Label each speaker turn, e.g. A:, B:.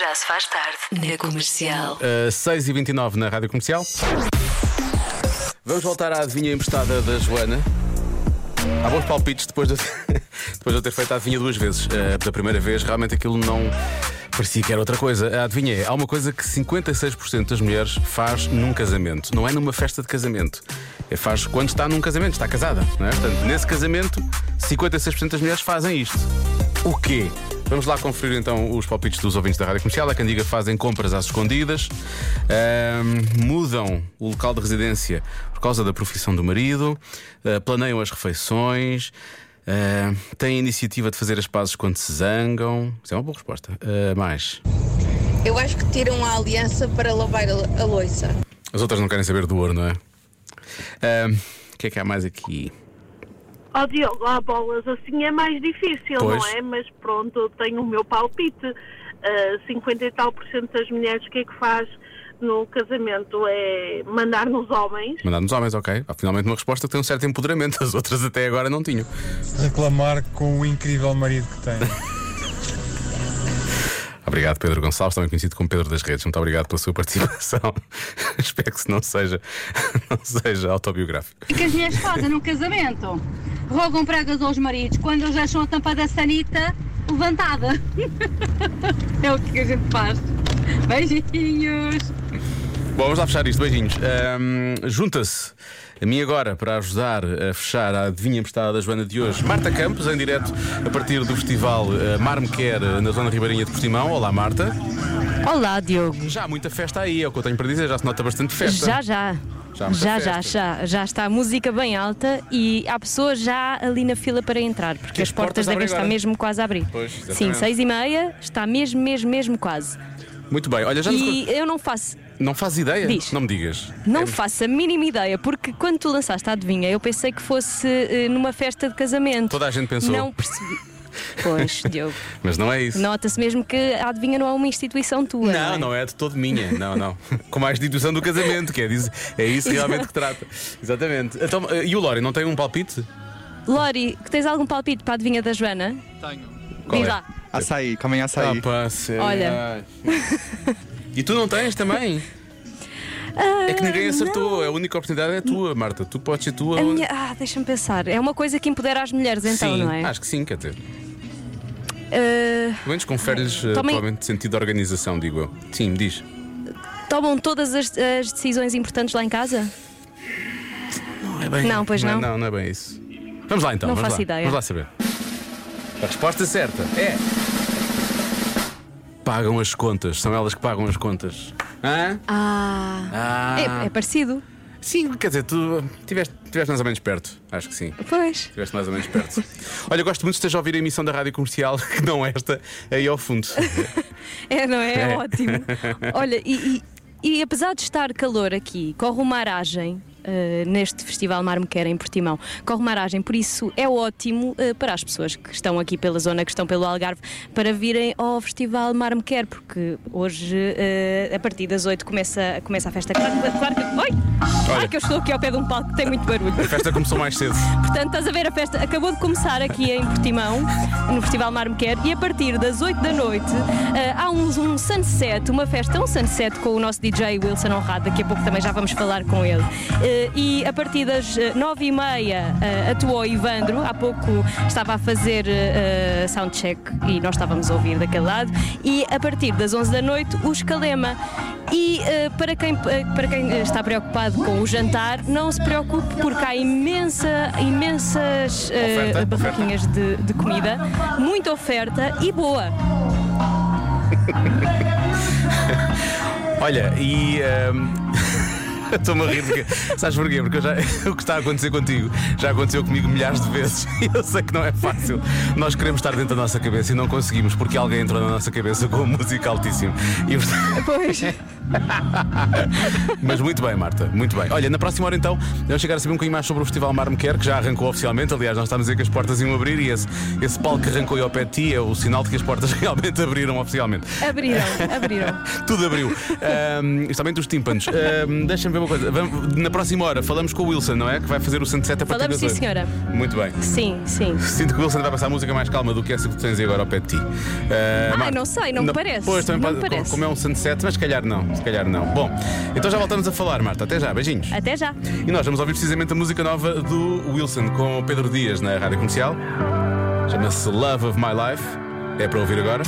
A: Já se faz tarde na comercial.
B: Uh, 6h29 na Rádio Comercial. Vamos voltar à adivinha emprestada da Joana. Há bons palpites depois de, depois de eu ter feito a adivinha duas vezes. Uh, da primeira vez, realmente aquilo não parecia que era outra coisa. A adivinha é: há uma coisa que 56% das mulheres faz num casamento. Não é numa festa de casamento. É faz quando está num casamento, está casada. Não é? Portanto, nesse casamento, 56% das mulheres fazem isto. O quê? Vamos lá conferir então os palpites dos ouvintes da rádio comercial. A Candiga fazem compras às escondidas, ahm, mudam o local de residência por causa da profissão do marido, ah, planeiam as refeições, ah, têm a iniciativa de fazer as pazes quando se zangam. Isso é uma boa resposta. Ah, mais.
C: Eu acho que tiram a aliança para lavar a, a loiça.
B: As outras não querem saber do ouro, não é? Ahm, O que é que há mais aqui?
D: Ó Diogo, há bolas, assim é mais difícil,
B: Pois.
D: não é? Mas pronto, eu tenho o meu palpite. Ah, 50 e tal por cento das mulheres, o que é que faz no casamento? É mandar nos homens.
B: Mandar nos homens, ok. Há finalmente uma resposta que tem um certo empoderamento. As outras até agora não tinham.
E: reclamar com o incrível marido que tem.
B: Obrigado, Pedro Gonçalves, também conhecido como Pedro das Redes. Muito obrigado pela sua participação. Espero que se não seja, não seja autobiográfico.
F: que as mulheres fazem no casamento? Rogam pragas aos maridos quando eles acham a tampa da sanita levantada. é o que a gente faz. Beijinhos!
B: Bom, vamos lá fechar isto. Beijinhos. Ahm, Junta-se a mim agora para ajudar a fechar a adivinha emprestada da Joana de hoje. Marta Campos, em direto a partir do festival eh, Mar Me Quer eh, na Zona Ribeirinha de Portimão. Olá, Marta.
G: Olá, Diogo.
B: Já há muita festa aí, é o que eu tenho para dizer. Já se nota bastante festa.
G: Já, já.
B: Já há
G: Já,
B: muita
G: já,
B: festa.
G: já, já, está a música bem alta e há pessoas já ali na fila para entrar, porque as
B: as Tipo,
G: portas
B: portas
G: da
B: abrem
G: casa está
B: agora.
G: mesmo quase a abrir.
B: Pois,
G: Sim,
B: exatamente.
G: seis e meia, está mesmo, mesmo, mesmo quase.
B: Muito bem. Olha, já nos
G: E eu não faço,
B: Não faz ideia?
G: Diz.
B: Não me digas. É,
G: não faço a mínima ideia, porque quando tu lançaste a adivinha, eu pensei que fosse eh, numa festa de casamento.
B: Toda a gente pensou.
G: Não percebi. Pois, Diogo.
B: Mas não é isso.
G: Nota-se mesmo que a adivinha não é uma instituição tua.
B: Não,
G: é?
B: não é de todo minha. Não, não. Com mais instituição do casamento, que é, diz- é isso realmente que trata. Exatamente. Então, eh, e o Lori, não tem um palpite?
G: Lori, tens algum palpite para a adivinha da Joana?
B: Qual
G: Diz
B: é?
G: lá.
E: Açaí, comem
B: Ah,
E: açaí.
B: pá, sério.
G: Olha.
B: Ai. E tu não tens também? É que ninguém acertou. A única oportunidade é tua, Marta. Tu podes ser tua.
G: Ah, A minha... Ah, deixa-me pensar. É uma coisa que empodera as mulheres, então,
B: sim,
G: não é?
B: acho que sim, quer dizer.
G: Ah,
B: Pelo menos confere-lhes eh,
G: Tomem-
B: provavelmente sentido de organização, digo eu. Sim, me diz.
G: tomam todas as, as decisões importantes lá em casa?
B: Não é bem.
G: Não, pois
B: é-
G: não.
B: Não, não é bem isso. Vamos lá então.
G: Não
B: vamos
G: faço
B: lá.
G: ideia.
B: Vamos lá saber. A resposta certa é. Pagam as contas, são elas que pagam as contas. Hã?
G: Ah.
B: Ah.
G: É, é parecido.
B: Sim, quer dizer, tu tiveste, tiveste mais ou menos perto, acho que sim.
G: Pois.
B: Estiveste mais ou menos perto. Olha, eu gosto muito de esteja a ouvir a emissão da rádio comercial, que não é esta, aí ao fundo.
G: É, não é? É,
B: É.
G: ótimo. Olha, e, e- e apesar de estar calor aqui, corre uma aragem. ah, neste Festival Mar Me Quer em Portimão, corre uma aragem, por isso é ótimo ah, para as pessoas que estão aqui pela zona, que estão pelo Algarve, para virem ao Festival Mar Me Quer, porque hoje, ah, a partir das 8, começa, começa a festa. Claro, que- claro que. Oi! Ai, que eu estou aqui ao pé de um palco que tem muito barulho.
B: A festa começou mais cedo.
G: Portanto, estás a ver a festa? Acabou de começar aqui em Portimão, no Festival Mar Me Quer, e a partir das 8 da noite ah, há um, um sunset, uma festa, um sunset com o nosso DJ Wilson Honrado. Daqui a pouco também já vamos falar com ele. Eh, e a partir das eh, 9 e meia ah, atuou Ivandro. Há pouco estava a fazer eh, soundcheck e nós estávamos a ouvir daquele lado. E a partir das 11 da noite, o Escalema. E eh, para, quem, eh, para quem eh, está preocupado com o jantar, não se preocupe porque há imensa, imensas eh,
B: Oferta,
G: barraquinhas de, de comida, muita oferta e boa.
B: Olha, e. ehm, Estou-me a rir porque. Sabes porquê? Porque eu já- o que está a acontecer contigo já aconteceu comigo milhares de vezes e eu sei que não é fácil. Nós queremos estar dentro da nossa cabeça e não conseguimos porque alguém entrou na nossa cabeça com música altíssima. E, portanto,
G: Pois.
B: Mas muito bem, Marta, muito bem. Olha, na próxima hora então, vamos chegar a saber um bocadinho mais sobre o Festival Mar Me Quer, que já arrancou oficialmente. Aliás, nós estávamos a dizer que as portas iam abrir e esse, esse palco que arrancou aí ao pé de ti é o sinal de que as portas realmente abriram oficialmente.
G: Abriram, abriram.
B: Tudo abriu. Ahm, Especialmente os tímpanos. Ahm, Deixa-me ver uma coisa. Vamos- na próxima hora falamos com o Wilson, não é? Que vai fazer o sunset a partir
G: Falamos,
B: das
G: sim,
B: oito.
G: senhora.
B: Muito bem.
G: Sim, sim.
B: Sinto que o Wilson vai passar música mais calma do que essa que tu tens aí agora ao pé de ti. Ah,
G: Ai,
B: Marta,
G: não sei, não me parece.
B: Pois, também
G: Não
B: pode,
G: me parece.
B: como é um sunset, mas se calhar não, se calhar não. Bom, então já voltamos a falar, Marta. Até já, beijinhos.
G: Até já.
B: E nós vamos ouvir precisamente a música nova do Wilson com o Pedro Dias na rádio comercial. Chama-se Love of My Life. É para ouvir agora.